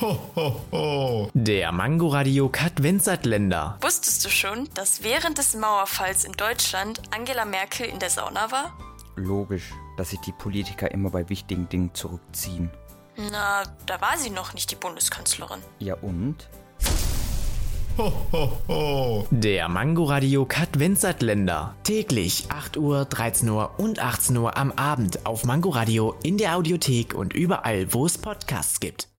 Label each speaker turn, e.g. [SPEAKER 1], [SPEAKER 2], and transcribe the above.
[SPEAKER 1] Ho, ho, ho. Der Mangoradiokat Vincent Länder.
[SPEAKER 2] Wusstest du schon, dass während des Mauerfalls in Deutschland Angela Merkel in der Sauna war?
[SPEAKER 3] Logisch, dass sich die Politiker immer bei wichtigen Dingen zurückziehen.
[SPEAKER 2] Na, da war sie noch nicht die Bundeskanzlerin.
[SPEAKER 3] Ja und?
[SPEAKER 1] Ho, ho, ho. Der Mangoradiokat Vincent Länder.
[SPEAKER 4] Täglich 8 Uhr, 13 Uhr und 18 Uhr am Abend auf Mangoradio in der Audiothek und überall, wo es Podcasts gibt.